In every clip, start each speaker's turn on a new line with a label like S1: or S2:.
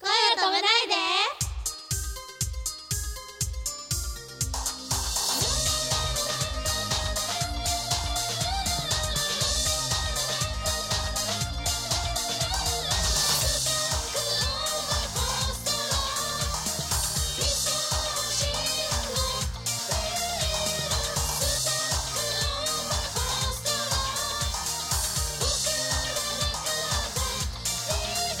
S1: 止めないでこ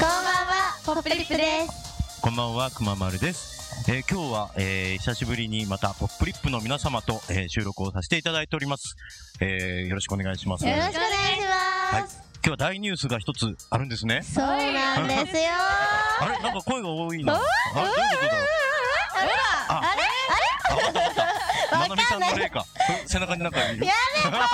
S1: んばんはポップリップです
S2: こんばんは、くままるです。えー今日は、えー久しぶりにまた、ポップリップの皆様と、えー収録をさせていただいております。えーよろしくお願いします。
S1: よろ
S2: 今
S1: しくお願いします、
S2: 日は大ニュースが一つあるんですね。
S1: そうなんですよ
S2: あれなんか声が多いな。あれどういうことだろう
S1: あ
S2: あ
S1: れ
S2: あ、わかったわかった。まなみさんの霊か。背中になんかいる。やめ怖い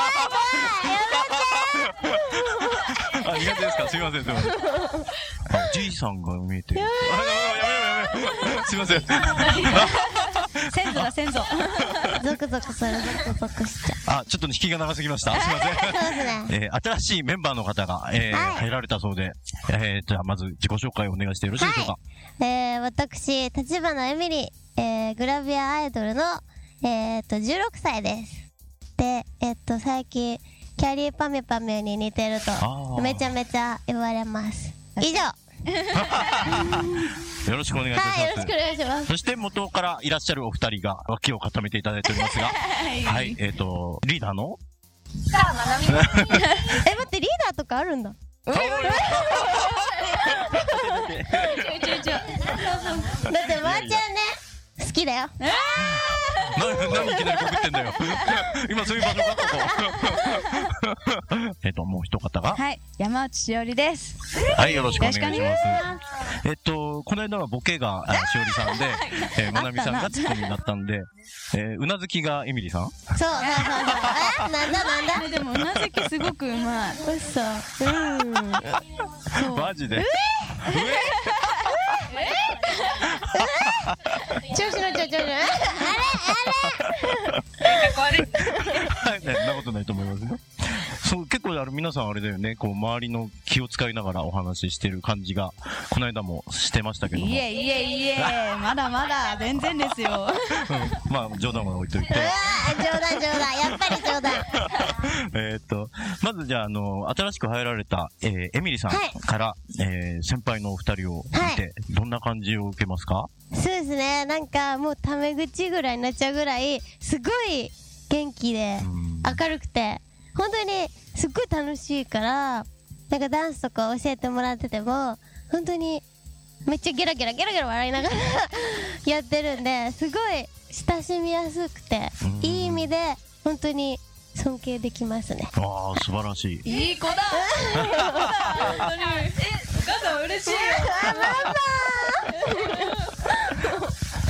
S2: 怖い。やめて。あ、苦手ですか。すみませんすみません。あ、じいさんが見えてる。あやめろやめろやめろ。すみません。
S3: 先祖 だ先祖
S1: ゾクゾクするゾクゾクしちゃう
S2: あ、ちょっと引きが長すぎました。すみません。
S1: そうですね
S2: えー新しいメンバーの方が、えー
S1: はい
S2: 入られたそうで、えー、じゃあまず自己紹介をお願いしてよろしいでしょうか。
S1: えー、私、立花えみり、えー、グラビアアイドルの、えー、と16歳です。で、えっ、と、最近、キャリーパミュパミュに似てる
S2: あ
S1: と、
S2: ー
S1: めちゃめちゃ言われます。以上、は
S2: よろしくお願いいたし
S1: い、よろし
S2: ます。
S1: くお願いします。
S2: そして元からいらっしゃるお二人が脇を固めていただいておりますが、はい、えっ、と、リーダーの
S1: え、待 って、リーダーとかあるんだ。
S3: ちょいちょい
S1: だって、まーちゃんね、好きだよ。
S2: な何いきなり告ってんだよ。 今そういう場所かここ。えっと、 もう一方が、
S3: はい山内しおりです
S2: はい、よろしくお願いしま
S3: よろし
S2: す
S3: くお願い。
S2: えっと、この間はボケが、あしおりさんで、えー、まなみさんがツッコミになったんで、えー、うなずきがエミリーさん
S1: そう、そうそうそう。え、なんだなんだ
S3: でもうなずきすごくうまい
S1: 嘘。うん。
S2: マジで。
S1: 調子乗っちゃう、調子乗っちゃう。
S2: はい、そんなことないと思いますよ。そう、結構あの皆さんあれだよね、こう周りの気を使いながらお話ししてる感じが、この間もしてましたけども、
S3: いえいえいえまだまだ全然ですよ
S2: うんまあ冗談は置いといて、
S1: うわー冗談冗談。やっぱり冗談。
S2: えーっと、まずじゃあ、あの、新しく入られた、えー、エミリさん
S1: はい
S2: から、えー先輩のお二人を見て、
S1: はい
S2: どんな感じを受けますか
S1: そうですねなんかもうタメ口ぐらいになっちゃうぐらいすごい元気で
S2: うん
S1: 明るくて本当にすっごい楽しいからなんかダンスとか教えてもらってても本当にめっちゃゲラゲラゲラゲラ笑いながら やってるんですごい親しみやすくて
S2: うん
S1: いい意味で本当に尊敬できますね
S2: ああ、素晴ら しい。
S3: いい子だ本当にえお母さん嬉しいよ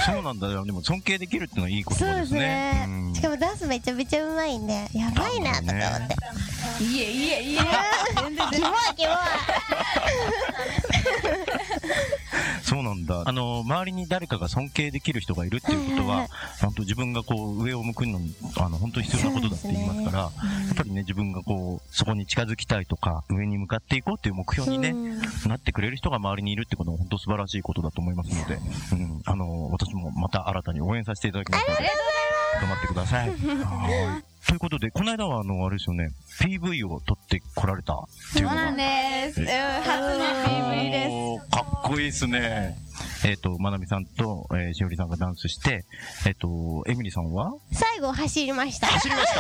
S2: そうなんだよ。でも尊敬できるってのはいいこと
S1: そう
S2: で
S1: ですす
S2: ね
S1: ね。
S2: うん
S1: しかもダンスめちゃめちゃうまいんでやばいなとか思って
S3: いえいえいえ全然
S1: キモいキモい
S2: そうなんだ。あの、周りに誰かが尊敬できる人がいるっていうこと
S1: はいはいは
S2: は、本当自分がこう、上を向くのに、あの、本当に必要なことだって言いますから、やっぱりね、自分がこう、そこに近づきたいとか、上に向かっていこうっていう目標にね、
S1: うん
S2: なってくれる人が周りにいるってことは本当素晴らしいことだと思いますので、うん、あの、私もまた新たに応援させていただきますので、頑張ってください。はい。ということで、この間はあの、あれですよね、PV を撮ってこられたってい
S3: そ
S2: う
S3: う
S2: のが
S3: なんですうん初の PV です
S2: おーかっこいいですね。えっ、と、まなみさんと、えーしおりさんがダンスして、えっ、と、えみりさんは
S1: 最後走りました。走りま した。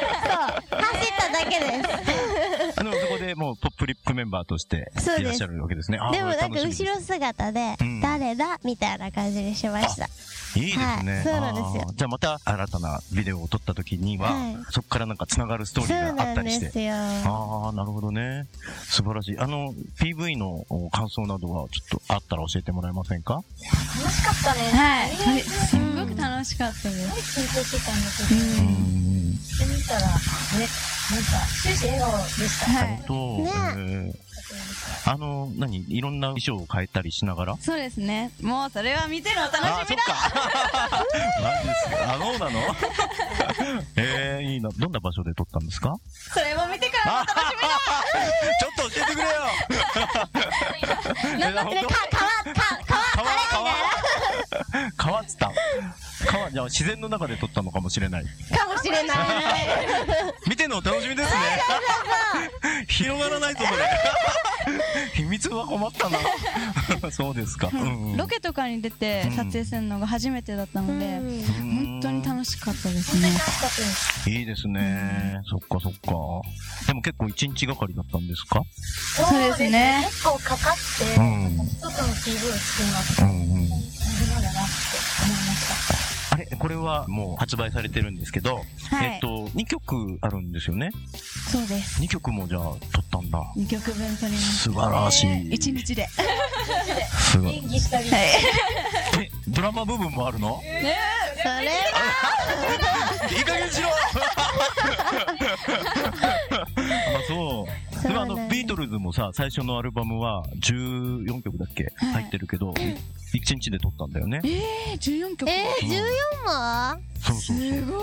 S1: そう、走っただけです。
S2: あの、そこでもう、ポップリップメンバーとして
S1: そうです
S2: いらっしゃるわけですね。あー
S1: でもなん
S2: 楽
S1: か
S2: しみです
S1: 後ろ姿で
S2: うん
S1: 誰だみたいな感じにしました。
S2: いいですね。
S1: はいそうなんですよ
S2: あーじゃあまた新たなビデオを撮った時には、
S1: はい
S2: そこからなんか繋がるストーリ
S1: そう
S2: ーがあ
S1: な
S2: った
S1: ん
S2: り
S1: で
S2: して。
S1: すよ。
S2: ああ、なるほどね。素晴らしい。あの、PV のお感想などはちょっとあったら教えてもらえませんか
S3: はいすごく楽しかったです
S2: うーん。
S3: はい
S2: と、
S1: ね
S2: えーあの、何いろんな衣装を変えたりしながら
S3: そうですねもうそれは見てるお楽しみ
S2: あー、そっか。マジですか。あ、そうなのええいいな。どんな場所で撮ったんですか
S3: それも見てから
S2: あちょっと教えてくれよ
S1: なんだってね、か、かわ、か、かわ、
S2: 川川川っつった川じゃあ自然の中で撮ったのかもしれない
S1: かもしれない。
S2: 見てんのお楽しみですね広がらないとそれ秘密は困ったな そうですか、うんうん
S4: ロケとかに出て撮影するのが初めてだったので、本当に楽しかったですね。
S2: いいですね、そっかそっかでも結構一日がかりだったんですか
S4: そうですね。
S5: 結構かかって、
S2: ん、うん
S5: 一つのキーボード作る
S2: う
S5: のは
S2: ん、
S5: 大変なんだなって思いました。
S2: あれこれはもう発売されてるんですけど、
S4: はい
S2: えっと2曲あるんですよね
S4: そうです。
S2: 2曲もじゃあ撮ったんだ
S4: 2曲分撮りまし
S2: 素晴らしい
S4: た。一日で。
S2: すごい
S5: 演技したり、
S2: えドラマ部分もある
S1: そ
S2: の
S1: れは、
S2: いい加減しろあそうでもあ
S1: そうな
S2: の
S1: んです
S2: ビートルズもさ最初のアルバムは14曲だっけ
S4: はい
S2: 入ってるけど、一1日で撮ったんだよね
S4: えー、14曲。
S1: えー、14も
S2: そうそうそう
S4: すご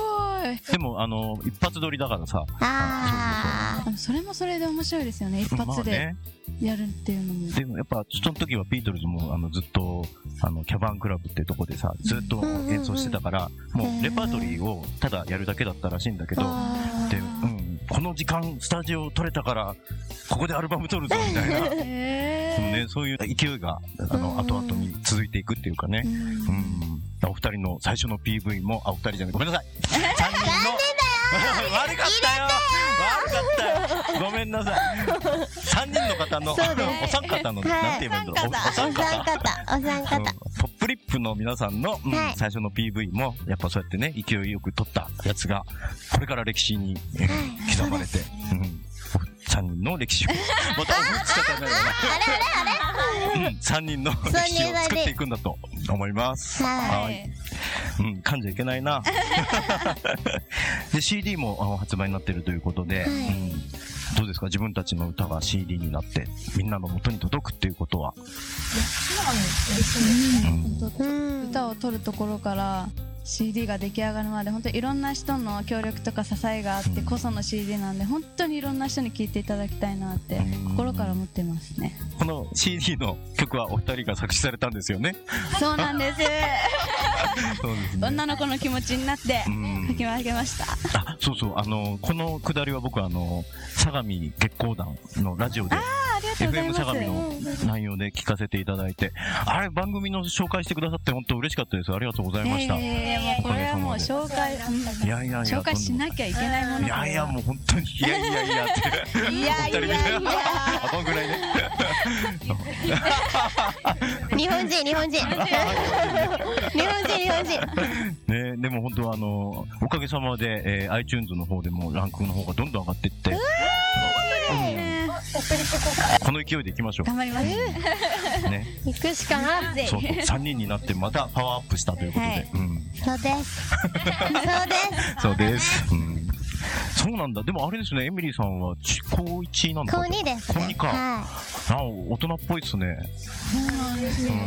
S4: い。
S2: でもあの一発撮りだからさ
S1: あ
S4: あのそれもそれで面白いですよね。一
S2: まあ
S4: 発で
S2: ね、
S4: やるっていうのも。
S2: でもやっぱその時はビートルズもあのずっとあのキャバンクラブってとこでさずっと
S1: うんうんうん
S2: 演奏してたから、もうレパートリーをただやるだけだったらしいんだけど、
S4: あ
S2: で、うん、この時間スタジオ撮れたからここでアルバム撮るぞみたいな
S4: ーえ
S2: その
S4: ー
S2: ね、そういう勢いが、あ
S1: う
S2: の、
S1: ん
S2: 後々に続いていくっていうかね
S4: う。ん
S2: うん。お二人の最初の PV も、あ、お二人じゃない、ごめんな さい。三人の。悪かったよ。悪かったよ。ごめんなさい。三人の方の、お
S1: そうです
S2: 三方の、
S1: はい
S2: なんて言えばいいんだろう。お
S1: ー、お三
S2: お三方。
S1: 方、お三
S2: あの
S1: 方。
S2: ポップリップの皆さんの、うん
S1: はい
S2: 最初の PV もやっぱそうやってね勢いよく撮ったやつがこれから歴史に、えー刻まれて、うん、3人 の歴史をまたぶつけたんだよな、うん、3人の歴史を作っていくんだと思います
S1: は
S2: はい、うん、噛んじゃいけないなで CD もあの発売になってるということで、うん、どうですか自分たちの歌が CD になってみんなの元に届くっていうことは、
S5: 素直に嬉しいです。
S4: 本
S2: うん
S1: うん
S4: 当歌を撮るところから CD が出来上がるまで本当いろんな人の協力とか支えがあってこその CD なんで本当にいろんな人に聴いていただきたいなって心から思ってますね
S2: この CD の曲はお二人が作詞されたんですよね。
S4: そうなん です
S2: そうです
S4: 女の子の気持ちになって
S2: うん
S4: 書き上げました
S2: あ、そうそう、あの、このくだりは僕、あの、相模月光団のラジオで、
S4: ありがとうござい
S2: FM 相模
S4: ます
S2: の内容で聞かせていただいて、あれ、番組の紹介してくださって本当嬉しかったです。ありがとうございました。い
S4: ええもうこれはもう紹介うん
S2: やいやいや、
S4: 紹介しなきゃいけないもの
S2: いやいや、もう本当に、いやいやいやって。
S4: いやいやいや
S2: いや。あ、こんぐらいね。
S1: 日本人、日本人。日本人、日本人。
S2: ね、でも本当あのおかげさまで、えー iTunes の方でもランクの方がどんどん上がっていって、うんこの勢いでいきましょ
S4: 頑張ります
S2: うね
S1: 行くしかないぜ。
S2: そうそう3人になってまたパワーアップしたということで、
S4: はい
S2: うん、
S1: そうです。そうです。
S2: そうです、うん、そうなんだでもあれですねエミリーさんはち高1なんだ
S1: 高2ですね。
S2: 高二か
S1: は。
S2: あ大人っぽいですね
S4: そうなんですよ
S2: ね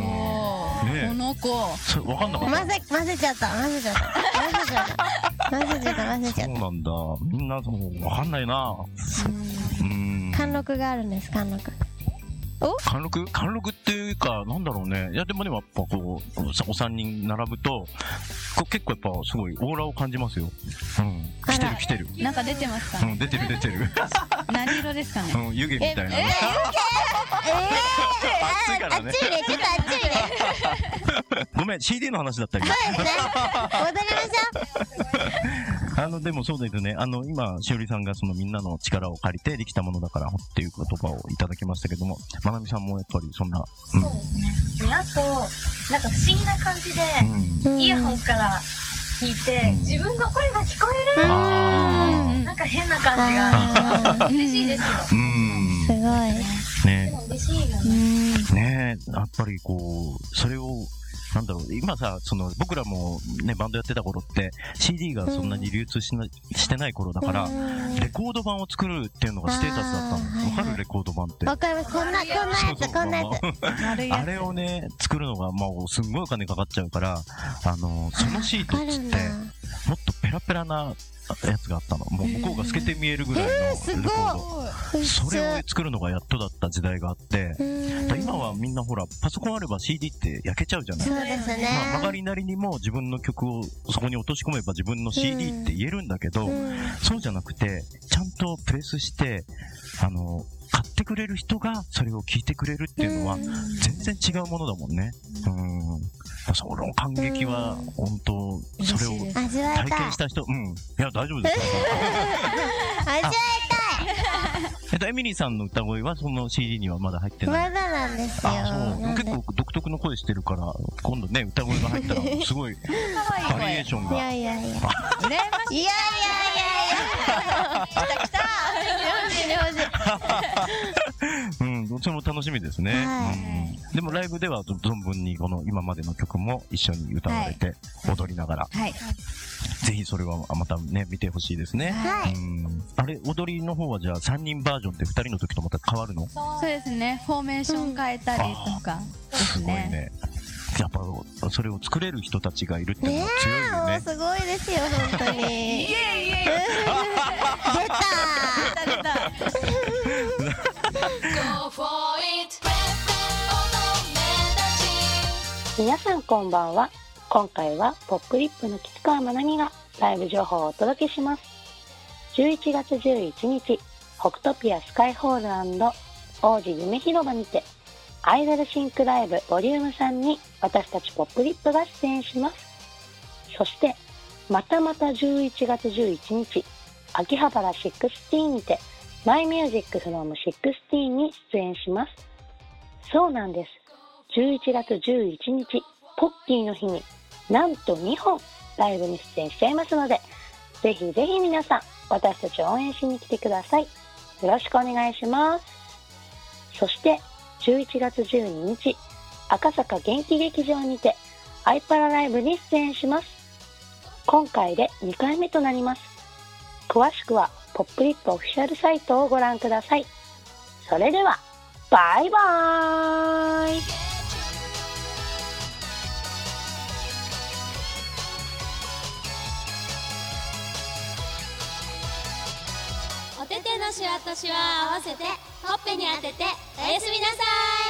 S2: え
S4: この子
S2: そ分かんないかっ
S1: 混
S2: た
S1: ぜ、混ぜちゃった、混ぜちゃった。混ぜちゃった、混ぜちゃ
S2: そう
S1: っ
S2: なんだみんなそう分かんないなうん
S1: た。貫禄があるんです、貫禄。
S2: 貫禄貫禄っていうか、なんだろうね。いや、でもでもやっぱこう、おお三人並ぶと、こう結構やっぱすごいオーラを感じますよ。うん。
S1: あら
S2: 来てる来てる。
S4: なんか出てます
S2: う
S4: か
S2: ん、出てる出てる。
S4: 何色ですかね
S2: うん、湯気みたいなね。
S1: ええ
S2: 暑い
S1: ー、
S2: か
S1: あ
S2: ら
S1: っ
S2: ね。
S1: ちいね、ちょっとあっちいね。
S2: ごめん、CD の話だったり。
S1: そうですね。戻りましょう。
S2: あの、でもそうですね。あの、今、しおりさんがそのみんなの力を借りてできたものだからっていう言葉をいただきましたけども、まなみさんもやっぱりそんな、うん。
S5: そうですね。あと、なんか不思議な感じで、
S2: うん
S5: イヤホンから聞いて、自分の声が聞こえる
S2: あー
S5: なんか変な感じが。
S1: あ
S5: 嬉しいですよ。
S2: うん
S1: ー。すごい。
S2: ね
S5: でも嬉しいよね。
S2: ねえ、やっぱりこう、それを、なんだろう、今さ、その、僕らもね、バンドやってた頃って、CD がそんなに流通しな、してない頃だから、
S1: うん
S2: レコード版を作るっていうのがステータスだった
S1: あー
S2: の。
S1: はいは
S2: わ
S1: い
S2: かるレコード版って。
S1: わかります。こんな、こんなやつ、こんなやつ。
S4: 丸いや
S2: あ
S4: つ
S2: れをね、作るのが、まあ、すんごいお金かかっちゃうから、あの、そのシート
S1: あ
S2: っつ
S1: る
S2: っ
S1: んだ。、
S2: てもっとペラペラなやつがあったの。もう向こうが透けて見えるぐらいの
S1: えー
S2: レ
S1: すごい
S2: コード。
S1: うっ
S2: そ
S1: す
S2: れを作るのがやっとだった時代があって、だから今はみんなほら、パソコンあれば CD って焼けちゃうじゃない。
S1: そうですね
S2: まあ、曲がりなりにも自分の曲をそこに落とし込めば自分の CD って言えるんだけど、
S1: うん
S2: そうじゃなくて、ちゃんとプレスして、あの、買ってくれる人がそれを聞いてくれるっていうのは、全然違うものだもんね。うん。その感激は、本当そ
S4: 嬉しい
S2: れを
S4: です
S1: 味わい
S2: 体
S1: たい
S2: 験した人、うん。いや、大丈夫ですよ。
S1: 味わ
S2: えっと、エミリーさんの歌声はその CD にはまだ入って
S1: い
S2: な
S1: ま
S2: い。
S1: だなんですよ
S2: あそう
S1: なんで
S2: 結構独特の声してるから今度ね歌声が入ったらすごいバリエーション
S1: い
S2: が
S1: やい
S3: 羨
S1: やいや
S3: ま
S1: いやいやいやいや来た来た
S2: うんそれも楽しみですね、
S1: は
S2: うんでもライブでは存分にこの今までの曲も一緒に歌われて踊りながら、
S6: はい。
S2: ぜひそれはまたね見てほしいですね、
S1: は
S2: うんあれ踊りの方はじゃあ3人バージョンって2人の時とまた変わるの
S4: そうですねフォーメーション変えたりとかです
S2: すごい
S4: ね
S2: ねやっぱそれを作れる人たちがいるっていうのは強いよ
S1: いも
S2: ね
S1: うすごいですよ本当に
S3: いえいえいえ
S1: 出た
S3: 出た出た
S7: Go for it 乙
S8: 皆さんこんばんは今回はポップリップの吉川まなみがライブ情報をお届けします11月11日北斗ピアスカイホール王子夢広場にてアイドルシンクライブボリューム3に私たちポップリップが出演しますそしてまたまた11月11日秋葉原16にてマイミュージックフロム16に出演しますそうなんです11月11日ポッキーの日になんと2本ライブに出演しちゃいますのでぜひぜひ皆さん私たちを応援しに来てくださいよろしくお願いしますそして11月12日赤坂元気劇場にてアイパラライブに出演します今回で2回目となります詳しくはポップリップオフィシャルサイトをご覧くださいそれではバイバーイ
S7: 女おててのしわとしわを合わせてほっぺに当てておやすみなさい